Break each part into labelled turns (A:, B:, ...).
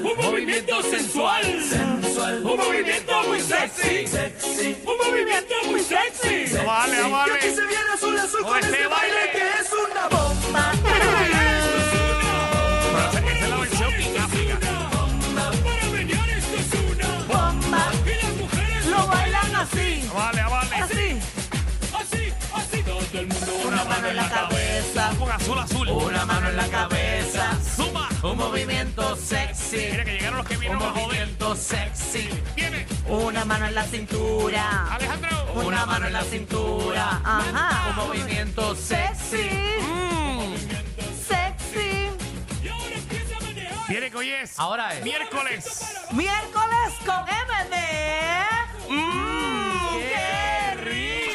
A: movimiento sensual, un movimiento muy sexy, un movimiento muy sexy.
B: No vale, no vale.
A: Yo quise ver azul azul
B: No,
A: con
B: este
A: este
B: baile.
A: baile que es una bomba.
B: Pero esa- esa es la versión picáfica.
A: Bomba. Lo bailan así,
B: Vale, vale.
A: así. Una mano en la cabeza,
B: Con azul, azul.
A: una mano en la cabeza.
B: Zumba.
A: Un movimiento sexy,
B: Mira que llegaron los que
A: un
B: vinieron a joder.
A: movimiento sexy.
B: Viene.
A: Una mano en la cintura.
B: Alejandro.
A: Una mano en la cintura.
C: Ajá.
A: Un movimiento sexy.
C: Sexy.
B: Viene que hoy es.
A: Ahora es.
B: Miércoles.
C: Miércoles con ¡Mmm, MD.
B: Mm, ¡Qué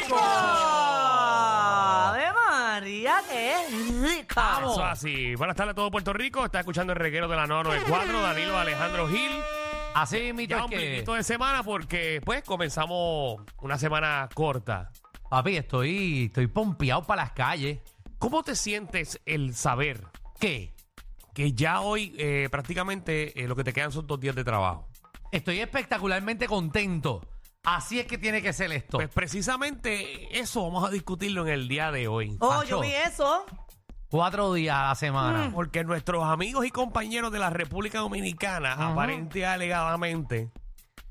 B: rico!
C: Ave María, qué rica.
B: Eso así. Buenas tardes a todo Puerto Rico. Está escuchando el reguero de la 994, Danilo Alejandro Gil.
A: Así mismito
B: Ya
A: es
B: un
A: que.
B: poquito de semana porque pues comenzamos una semana corta.
A: Papi, estoy, estoy pompeado para las calles.
B: ¿Cómo te sientes el saber
A: ¿Qué?
B: que ya hoy eh, prácticamente eh, lo que te quedan son dos días de trabajo?
A: Estoy espectacularmente contento. Así es que tiene que ser esto.
B: Pues precisamente eso vamos a discutirlo en el día de hoy.
C: Oh,
A: macho.
C: yo vi eso.
A: Cuatro días a la semana.
B: Porque nuestros amigos y compañeros de la República Dominicana, aparente y alegadamente,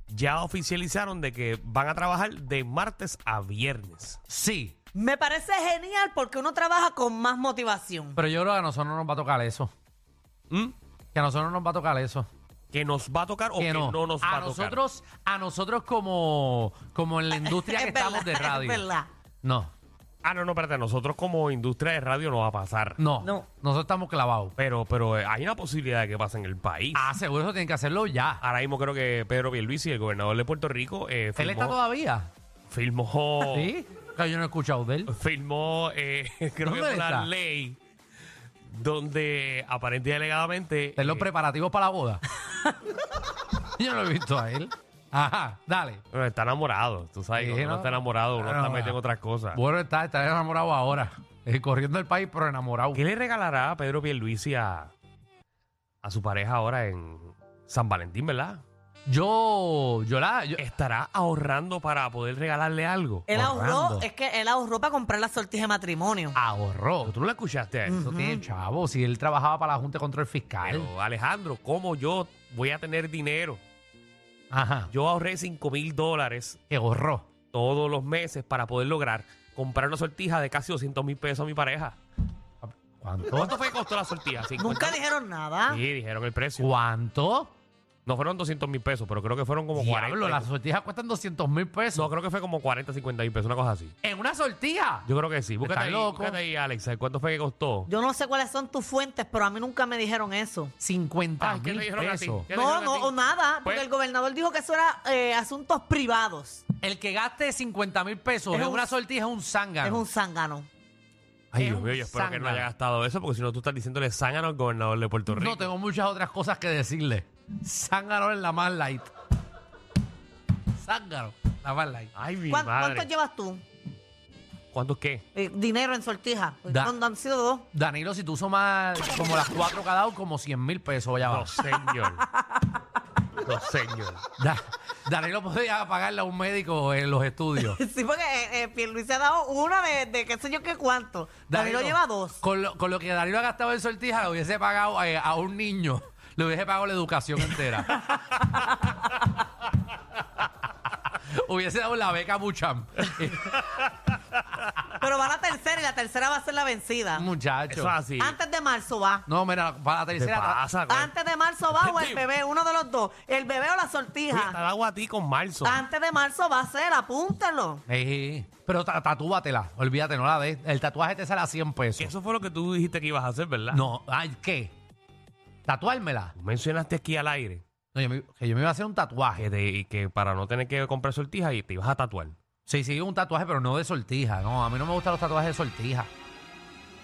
B: ya oficializaron de que van a trabajar de martes a viernes.
A: Sí,
C: Me parece genial porque uno trabaja con más motivación.
A: pero yo creo que a nosotros no nos va a tocar eso.
B: ¿Mm?
A: Que a nosotros no nos va a tocar eso.
B: Que nos va a tocar o que, no? nos
A: a
B: va a tocar.
A: nosotros, a nosotros como, como en la industria que
C: Es verdad,
A: estamos de radio.
C: Es verdad.
A: No,
B: Ah, no, no, espérate, a nosotros como industria de radio no va a pasar.
A: no,
C: No.
A: Nosotros estamos clavados.
B: Pero, pero eh, hay una posibilidad de que pase en el país.
A: Ah, seguro eso tienen que hacerlo ya.
B: Ahora mismo creo que Pedro Pierluisi, el gobernador de Puerto Rico, eh,
A: ¿Él está
B: firmó, Oh.
A: todavía?
B: firmó,
A: Sí. Que yo no he escuchado de él.
B: firmó, eh, creo que
A: ¿Dónde
B: una
A: está?
B: ley donde aparente y alegadamente
A: De los
B: eh,
A: preparativos para la boda. yo no lo he visto a él. Ajá, dale.
B: Bueno, está enamorado, tú sabes,
A: Sí,
B: cuando uno
A: ¿no?
B: está enamorado, uno
A: Ah,
B: está
A: no,
B: metido en
A: ah.
B: otras cosas.
A: Bueno, está, está enamorado ahora. Eh, corriendo el país, pero enamorado.
B: ¿Qué le regalará a Pedro Pierluisi a, a su pareja ahora en San Valentín, verdad?
A: Yo, yo la. yo- eh,
B: ¿Estará ahorrando para poder regalarle algo?
C: Él ahorró,
A: Ahorrando.
C: es que él ahorró para comprar la sortija de matrimonio.
B: Ah,
A: ahorró.
B: ¿Tú no la escuchaste? a él?
A: Eso tiene chavo. Si él trabajaba para la Junta de Control Fiscal.
B: Pero, Alejandro, ¿cómo yo voy a tener dinero?
A: Ajá.
B: Yo ahorré 5 mil dólares
A: Que ahorró.
B: todos los meses para poder lograr comprar una sortija de casi 200 mil pesos a mi pareja.
A: ¿Cuánto?
B: ¿Cuánto fue que costó la sortija? 50.
C: Nunca dijeron nada.
B: pues, Sí, dijeron el precio.
A: ¿Cuánto?
B: No fueron 200 mil pesos, pero creo que fueron como 40.
A: Diablo,
B: y
A: las sortijas cuestan 200 mil pesos.
B: No, creo que fue como 40, 50 mil pesos, una cosa así.
A: ¿En una sortija?
B: Yo creo que sí. Búscate
A: Está
B: ahí,
A: loco.
B: búscate ahí, Alex. ¿Cuánto fue que costó?
C: Yo no sé cuáles son tus fuentes, pero a mí nunca me dijeron eso.
A: 50
B: Ay, ¿qué
A: mil
B: te dijeron a ti?
A: pesos.
B: ¿Qué te
C: No,
B: dijeron a
C: no,
B: ti?
C: o nada, porque
B: Pues-
C: el gobernador dijo que eso era eh, asuntos privados.
A: El que gaste 50 mil pesos
C: Es
A: en
C: un-
A: una sortija es un zángano.
C: Es un zángano.
B: Ay,
A: es
B: Dios
A: un
B: mío, yo espero que no
A: zángano.
B: haya gastado eso, porque si no tú estás diciéndole zángano al gobernador de Puerto Rico.
A: No, tengo muchas otras cosas que decirle. Zángano es la más light. Zángano, la más light.
B: Ay, mi
C: ¿Cuán-
B: madre.
C: ¿Cuánto llevas tú?
B: ¿Cuántos qué?
C: Eh, dinero en sortija.
A: Da.
C: ¿Cuándo han sido dos?
A: Danilo, si tú sumas como las cuatro cada uno, como 100 mil pesos, vaya
B: No,
A: abajo.
B: señor. no, señor.
A: Da- Danilo podría pagarle a un médico en los estudios.
C: Sí, porque eh, eh, Pierluis se ha dado una de, de qué sé yo qué cuánto. Danilo lleva dos.
A: Con lo, con lo que Danilo ha gastado en sortija, le hubiese pagado eh, a un niño, le hubiese pagado la educación entera. hubiese dado la beca a Buchan.
C: Pero va la tercera y la tercera va a ser la vencida.
A: Muchacho.
B: Eso es así.
C: Antes de marzo va.
A: No, mira, para la
B: ¿Qué
A: tercera.
B: pasa? con-
C: Antes de marzo va o el
B: Tío.
C: bebé, uno de los dos. El bebé o la
B: Oye, está
C: sortija.
B: el agua a ti con marzo.
C: Antes de marzo va a ser, apúntalo.
A: Ey, pero ta- tatúvatela, olvídate, no la des. El tatuaje te sale a 100 pesos.
B: Eso fue lo que tú dijiste que ibas a hacer, ¿verdad?
A: No, ay, ¿qué? ¿Tatuármela?
B: Tú Mencionaste aquí al aire
A: No, yo me- que yo me iba a hacer un tatuaje.
B: que, te- y que para no tener que comprar sortija y te ibas a tatuar.
A: Sí, sí, un tatuaje, pero no de sortija. No, a mí no me gustan los tatuajes de sortija.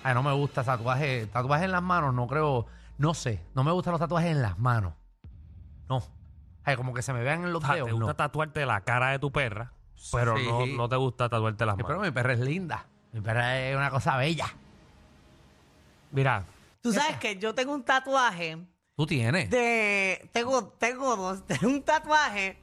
A: Ay, no me gusta tatuaje. Tatuaje en las manos, no creo. No sé, no me gustan los tatuajes en las manos. No. Ay, como que se me vean en los
B: O sea,
A: dedos.
B: Ah, te gusta
A: no.
B: tatuarte la cara de tu perra, pero
A: Sí.
B: no, no te gusta tatuarte las
A: Eh, Pero
B: manos.
A: mi perra es linda. Mi perra es una cosa bella.
B: Mira,
C: Tú sabes que yo tengo un tatuaje
A: Tú tienes.
C: de tengo tengo dos tengo un tatuaje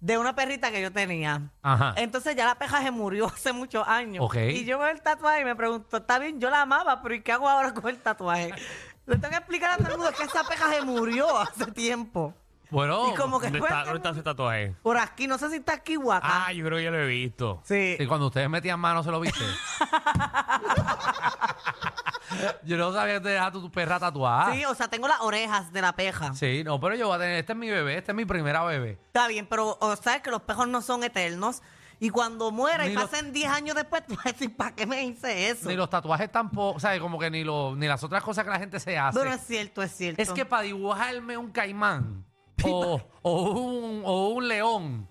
C: de una perrita que yo tenía
A: Ajá.
C: entonces ya la perra se murió hace muchos años
A: Ok.
C: y yo veo el tatuaje y me pregunto está bien yo la amaba pero ¿y qué hago ahora con el tatuaje? le tengo que explicar a todo el mundo que esa perra se murió hace tiempo
A: Bueno,
C: y como que
B: ¿Dónde
C: fue
B: está, dónde está ese tatuaje?
C: por aquí no sé si está aquí guaca
B: Ah, yo creo que ya lo he visto.
C: sí
A: y cuando ustedes metían mano, ¿se lo viste? yo no sabía que te dejaste tu perra tatuada.
C: sí o sea tengo las orejas de la perra
A: Sí, no, pero yo voy a tener, este es mi bebé, este es mi primera bebé.
C: Está bien, pero o, sabes que los pejos no son eternos. Y cuando muera
A: Ni
C: y
A: los-
C: pasen 10 años después, tú vas a decir, ¿para qué me hice eso?
A: Ni los tatuajes tampoco, o sea, como que ni, lo, ni las otras cosas que la gente se hace.
C: Bueno, es cierto, es cierto.
A: Es que para dibujarme un caimán o, o un, o un león,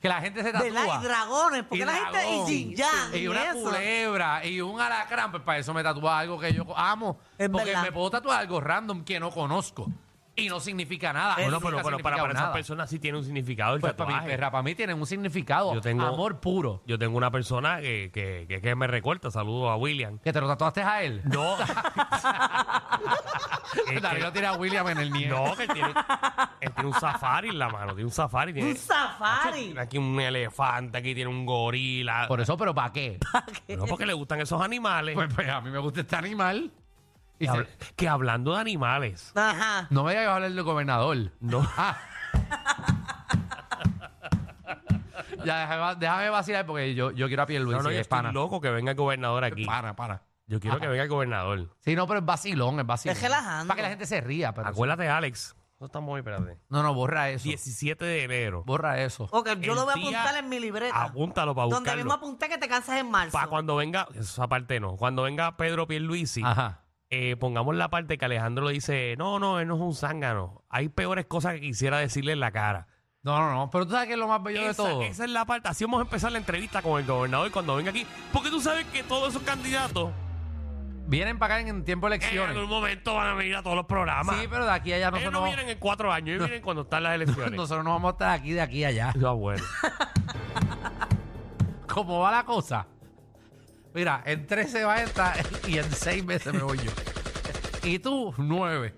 A: que la gente se
C: de
A: tatúa.
C: y dragones,
A: y
C: porque la
A: dragón,
C: gente y Jin Yang,
A: y una
C: eso.
A: culebra y un alacrán, pues para eso me tatúa algo que yo amo.
C: Es
A: porque
C: verdad.
A: me puedo tatuar algo random que no conozco y no significa nada.
B: Bueno,
A: Nunca
B: pero, pero para,
A: significaba
B: para esas
A: nada.
B: personas sí tiene un significado el
A: Pues para mi
B: tatuaje.
A: perra, para mí tienen un significado.
B: Yo tengo-
A: Amor puro.
B: Yo tengo una persona que, que, que- que me recorta. Saludo a William.
A: Que te lo tatuaste a él.
B: No.
A: David
B: Es que-
A: lo tiene a William en el nieve.
B: no, que él tiene, él tiene un safari en la mano. Tiene un safari. Tiene,
C: Un safari.
B: tiene aquí un elefante, aquí tiene un gorila.
A: Por eso, pero ¿para qué?
B: No, porque le gustan esos animales.
A: pues, pues a mí me gusta este animal.
B: que,
A: Y se-
B: habla- que hablando de animales.
C: Ajá.
A: No me digas que vas a hablar del gobernador.
B: No.
A: Ah. ya, déjame, va- déjame vacilar porque yo, yo quiero a Pierluisi,
B: No, no, yo
A: es
B: estoy
A: pana.
B: loco que venga el gobernador aquí.
A: Pana, pana.
B: Yo quiero que venga el gobernador.
A: Sí, no, pero es vacilón, es vacilón.
C: Es relajando.
A: Para que la gente se ría. Pero
B: Acuérdate, Alex. No estamos ahí, espérate.
A: No, no, borra eso.
B: 17 de enero.
A: Borra eso.
C: Ok, yo
B: El
C: lo voy a
B: día-
C: apuntar en mi libreta.
B: Apúntalo para
C: donde mismo
B: buscarlo.
C: apunté que te cansas en marzo.
B: Para cuando venga, esa parte no. Cuando venga Pedro Pierluisi,
A: Ajá.
B: eh, pongamos la parte que Alejandro le dice, no, no, él no es un zángano. Hay peores cosas que quisiera decirle en la cara.
A: No, no, no. Pero tú sabes que es lo más bello de
B: Esa,
A: todo.
B: esa es la parte. Así vamos a empezar la entrevista con el gobernador cuando venga aquí. Porque tú sabes que todos esos candidatos
A: Vienen para acá en, en tiempo de
B: eh, en algún
A: elecciones.
B: momento van a venir a todos los programas.
A: Sí, pero de aquí a allá
B: ellos
A: nosotros
B: Eh, no
A: no,
B: vienen en cuatro años, ellos vienen cuando están las elecciones.
A: nosotros no vamos a estar aquí de aquí a allá.
B: Ya, ah, bueno.
A: ¿Cómo va la cosa? Mira, en tres se va esta y en seis meses me voy yo. Y tú, nueve.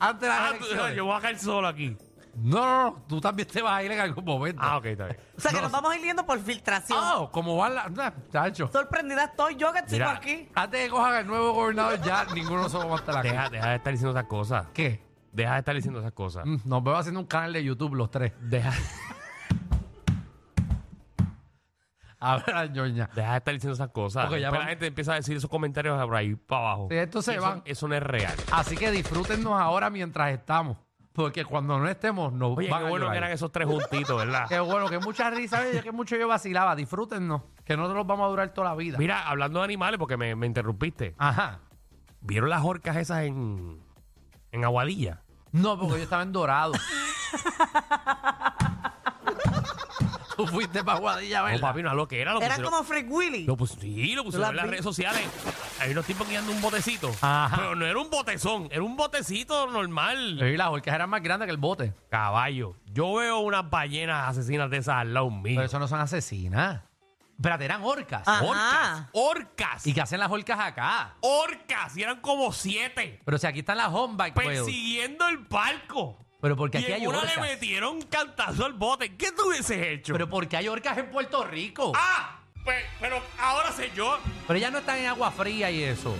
A: Antes de las
B: Ah, tú-
A: elecciones.
B: yo voy a caer solo aquí.
A: No, no, no, tú también te vas a ir en algún momento.
B: Ah, ok, está bien.
C: o sea, que
A: no.
C: nos vamos a ir yendo por filtración.
A: Ah, ¿cómo va la...? nah, chacho.
C: Sorprendida estoy yo que sigo
B: Mira,
C: aquí.
A: Antes de que cojan el nuevo gobernador, ya ninguno de nosotros va a estar aquí.
B: Deja, deja de estar diciendo esas cosas.
A: ¿Qué?
B: Deja de estar diciendo esas cosas.
A: Mm, Nos vemos haciendo un canal de YouTube los tres.
B: Deja,
A: A ver, a ñoña.
B: deja de estar diciendo esas cosas.
A: Ok, ya
B: Después
A: vamos.
B: la gente empieza a decir esos comentarios por ahí para abajo.
A: Sí, esto se
B: Y eso,
A: van.
B: Eso no es real.
A: Así que disfrútennos ahora mientras estamos. Porque cuando no estemos, nos
B: Oye,
A: van
B: qué
A: a
B: bueno
A: llorar.
B: que eran esos tres juntitos, ¿verdad?
A: Qué bueno, que mucha risa, oye, que mucho yo vacilaba. Disfrútennos, que no los vamos a durar toda la vida.
B: Mira, hablando de animales, porque me, me interrumpiste.
A: Ajá.
B: ¿Vieron las orcas esas en, en Aguadilla?
A: No, porque yo estaba en dorado. Tú fuiste para Guadilla,
B: No,
A: ¿verdad?
B: papi, no lo que
A: pues
B: era. Lo
C: Eran
B: pusieron-
C: como Frank Willy.
B: Lo pusieron, sí, lo pusieron
C: las
B: en las
C: vi.
B: redes sociales. Hay unos tipos guiando un botecito.
A: Ajá. Eh.
B: Pero no era un botezón, era un botecito normal.
A: Y las orcas eran más grandes que el bote.
B: Caballo, yo veo unas ballenas asesinas de esas al lado mío.
A: Pero eso no son asesinas. Espérate, eran orcas.
C: Ah.
B: Orcas,
C: Ajá.
B: orcas,
A: ¿Y qué hacen las orcas acá?
B: orcas, y eran como siete
A: Pero si aquí están las homebikes,
B: persiguiendo el barco.
A: Pero porque
B: Pues Y
A: pues, aquí
B: en
A: hay
B: una le
A: orcas.
B: metieron un cantazo al bote. ¿Qué tú hubieses hecho?
A: Pero porque hay orcas en Puerto Rico.
B: ah, pues, pero ahora sé yo.
A: Pero ya no están en agua fría y eso.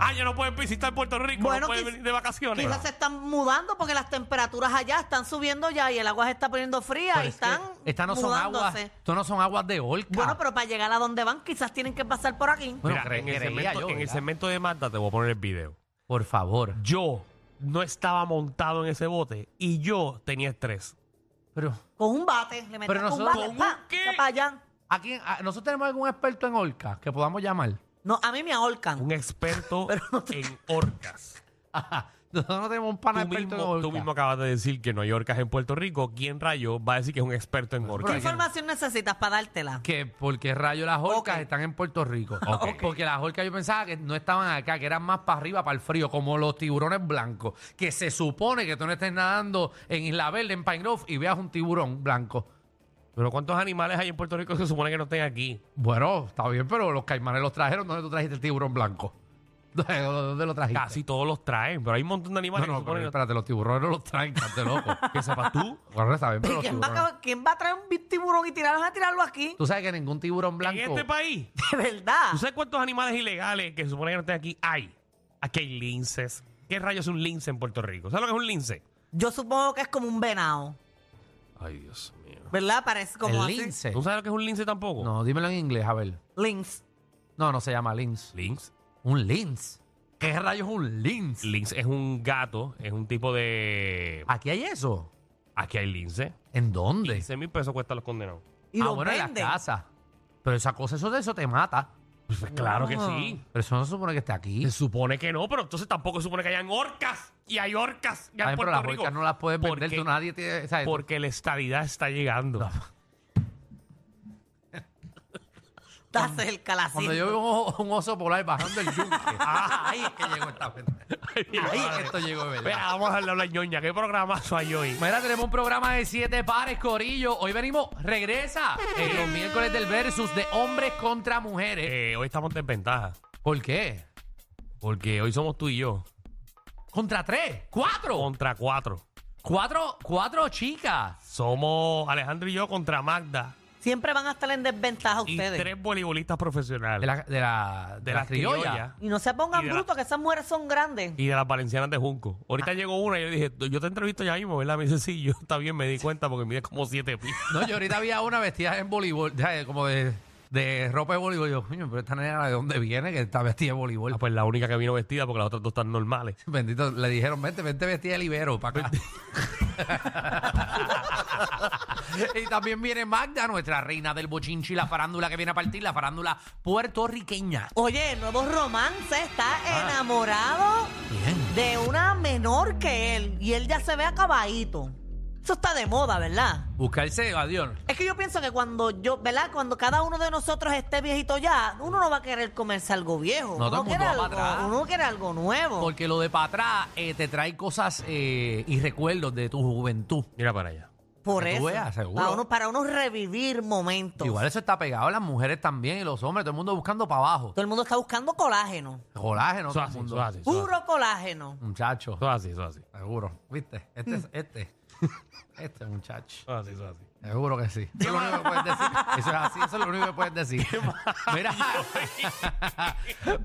B: Ah, ya no pueden visitar Puerto Rico,
C: Bueno,
B: no pueden
C: quiz-
B: venir de vacaciones.
C: Quizás se están mudando porque las temperaturas allá están subiendo ya y el agua se está poniendo fría
A: Pero
C: y
A: es que
C: están
A: estas no son aguas. Ah.
C: mudándose.
A: Esto no son aguas de orca.
C: Bueno, pero para llegar a donde van quizás tienen que pasar por aquí.
A: Bueno,
B: Mira,
A: cre-
B: en, el
A: creía
B: segmento,
A: yo,
B: en el
A: ¿verdad?
B: segmento de Marta te voy a poner el video.
A: Por favor.
B: Yo no estaba montado en ese bote y yo tenía estrés.
A: Pero,
C: Con un bate, le meten
A: Pero
C: con un
A: nosotros-
C: bate,
B: ¿Con
C: pa,
B: un qué?
C: ya para allá.
A: ¿a quién- a- ¿nosotros tenemos algún experto en orcas que podamos llamar?
C: No, a mí me ahorcan.
B: Un experto en orcas.
A: Ajá. Nosotros no tenemos un pana
B: Tú
A: experto en
B: mismo,
A: orcas.
B: tú mismo acabas de decir que no hay orcas en Puerto Rico. ¿Quién rayo va a decir que es un experto en
C: ¿Qué
B: orcas?
C: información necesitas para dártela?
A: Que porque rayo las orcas
C: Ok.
A: están en Puerto Rico.
B: Ok.
A: Porque las orcas yo pensaba que no estaban acá, que eran más para arriba, para el frío, como los tiburones blancos. Que se supone que tú no estés nadando en Isla Verde, en Pine Grove, y veas un tiburón blanco.
B: Pero ¿cuántos animales hay en Puerto Rico que se supone que no estén aquí?
A: Bueno, está bien, pero los caimanes los trajeron. ¿Dónde tú trajiste el tiburón blanco? ¿Dónde lo- dónde lo trajiste?
B: Casi todos los traen, pero hay un montón de
A: No,
B: animales
A: no,
B: que
A: pero
B: suponen
A: espérate, los tiburones no los traen, cante loco.
B: que sepas tú.
A: Bueno, no saben, pero los
C: ¿Quién va,
A: tiburones.
C: a, quién va a traer un tiburón y tirarlos a tirarlo aquí?
A: ah? Tú sabes que ningún tiburón blanco. Ah.
B: En este país,
C: De verdad.
B: ¿tú sabes cuántos animales ilegales que se supone que no estén aquí hay? Aquí hay linces. ¿Qué rayos es un lince en Puerto Rico? ¿Sabes lo que es un lince?
C: Yo supongo que es como un venado,
B: Ay, Dios mío.
C: ¿verdad? Parece como
A: el
C: así.
A: lince.
B: ¿Tú sabes lo que es un lince tampoco?
A: No, dímelo en inglés, a ver.
C: Lince.
A: No, no se llama lince.
B: Lince.
A: Un lince. ¿Qué rayos es un lince?
B: Lince es un gato, es un tipo de.
A: ¿Aquí hay eso?
B: Aquí hay lince.
A: ¿En dónde?
B: 15 mil pesos cuesta los condenados.
C: Y
A: ah,
C: los
A: bueno, en
C: venden.
A: la casa. Pero esa cosa, eso de eso te mata.
B: Pues claro que
C: Wow.
B: sí.
A: Pero eso no se supone que esté aquí.
B: Se supone que no, pero entonces tampoco se supone que hayan orcas. Y hay orcas ya
A: Ay,
B: en
A: pero
B: Puerto
A: las
B: Rico.
A: puercas no las puedes
B: ¿Por
A: vender,
B: qué?
A: tú nadie tiene. ¿sabes?
B: Porque la estadidad está llegando.
A: No.
C: Está cerca la
A: Cuando
C: cinta.
A: yo veo un oso, un oso polar bajando el yunque. ah, ahí es que llegó esta venta. Ahí es que esto llegó de
B: Espera,
A: verdad.
B: vamos a darle a la ñoña. ¿Qué programazo hay hoy?
A: Mira, tenemos un programa de siete pares, Corillo. Hoy venimos, regresa eh, los miércoles del versus de hombres contra mujeres.
B: Eh, hoy estamos en desventaja.
A: ¿Por qué?
B: Porque hoy somos tú y yo.
A: ¿Contra tres? ¿Cuatro?
B: Contra cuatro.
A: ¿Cuatro, cuatro chicas?
B: Somos Alejandro y yo contra Magda.
C: Siempre van a estar en desventaja
B: Y
C: ustedes.
B: tres voleibolistas
A: De
B: profesionales.
A: la, de la, de la criolla.
C: Y no se pongan
B: Y de la-
C: brutos, que esas mujeres son grandes.
B: Y de las valencianas de Junco.
A: Ah.
B: Ahorita llegó una y yo dije, yo te entrevisto ya mismo, ¿verdad? Me dice, sí, yo está bien, me di cuenta porque mide como siete pies.
A: No, yo ahorita había una vestida en voleibol, ¿sabes? como de, de ropa de voleibol. Yo, coño, pero esta nena de dónde viene que está vestida de voleibol.
B: Ah, pues la única que vino vestida porque las otras dos están normales.
A: Bendito, le dijeron, vente, vente vestida de libero para acá. y también viene Magda, nuestra reina del bochinchi, la farándula que viene a partir, la farándula puertorriqueña.
C: Oye, el nuevo romance está enamorado
A: Ah. Bien.
C: de una menor que él. Y él ya se ve acabadito. Eso está de moda, ¿verdad?
A: Buscarse, adiós.
C: Es que yo pienso que cuando yo, ¿verdad? Cuando cada uno de nosotros esté viejito ya, uno no va a querer comerse algo viejo.
A: No,
C: uno,
A: todo el mundo
C: quiere
A: va
C: algo,
A: para atrás.
C: uno quiere algo nuevo.
A: Porque lo de para atrás eh, te trae cosas eh, y recuerdos de tu juventud.
B: Mira para allá.
C: Por
A: que tú
C: eso.
A: veas, seguro.
C: Para uno, para uno revivir momentos.
A: Igual eso está pegado a las mujeres también y los hombres, todo el mundo buscando para abajo.
C: Todo el mundo está buscando colágeno.
A: Colágeno,
B: Eso
A: todo
B: es
A: el
B: así,
A: mundo.
B: eso es así. Eso es así,
C: Puro colágeno.
A: Muchacho,
B: eso es así, eso es así.
A: seguro. ¿Viste? Este, es- este. Este muchacho.
B: Eso es así, eso es así.
A: Seguro que sí. Eso es lo único que puedes decir. Eso es así, eso es lo único que puedes decir. Mira,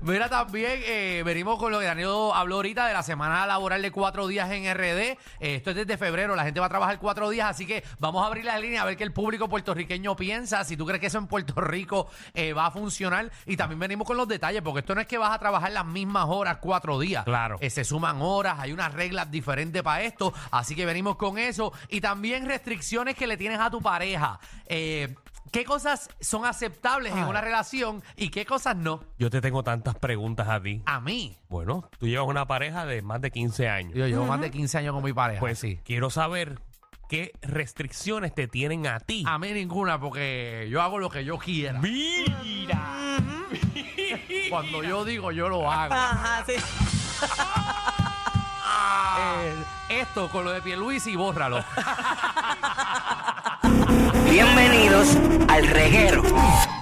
A: mira también, eh, venimos con lo que Danilo habló ahorita de la semana laboral de cuatro días en RD. Eh, esto es desde febrero, la gente va a trabajar cuatro días, así que vamos a abrir la línea a ver qué el público puertorriqueño piensa, si tú crees que eso en Puerto Rico eh, va a funcionar. Y también venimos con los detalles, porque esto no es que vas a trabajar las mismas horas cuatro días.
B: Claro.
A: Eh, se suman horas, hay unas reglas diferentes para esto, así que venimos con eso. Y también restricciones que le tienes a tu pareja. Eh, ¿Qué cosas son aceptables en
B: Ay.
A: una relación y qué cosas no?
B: Yo te tengo tantas preguntas a ti.
A: A mí.
B: Bueno, tú llevas una pareja de más de 15 años.
A: Yo llevo más de 15 años con mi pareja.
B: Pues sí. Quiero saber qué restricciones te tienen a ti.
A: A mí ninguna, porque yo hago lo que yo quiera.
B: Mira.
A: Cuando yo digo, yo lo hago.
C: Ajá, sí.
A: Eh, esto con lo de Pierluisi, bórralo.
D: Bienvenidos al reguero.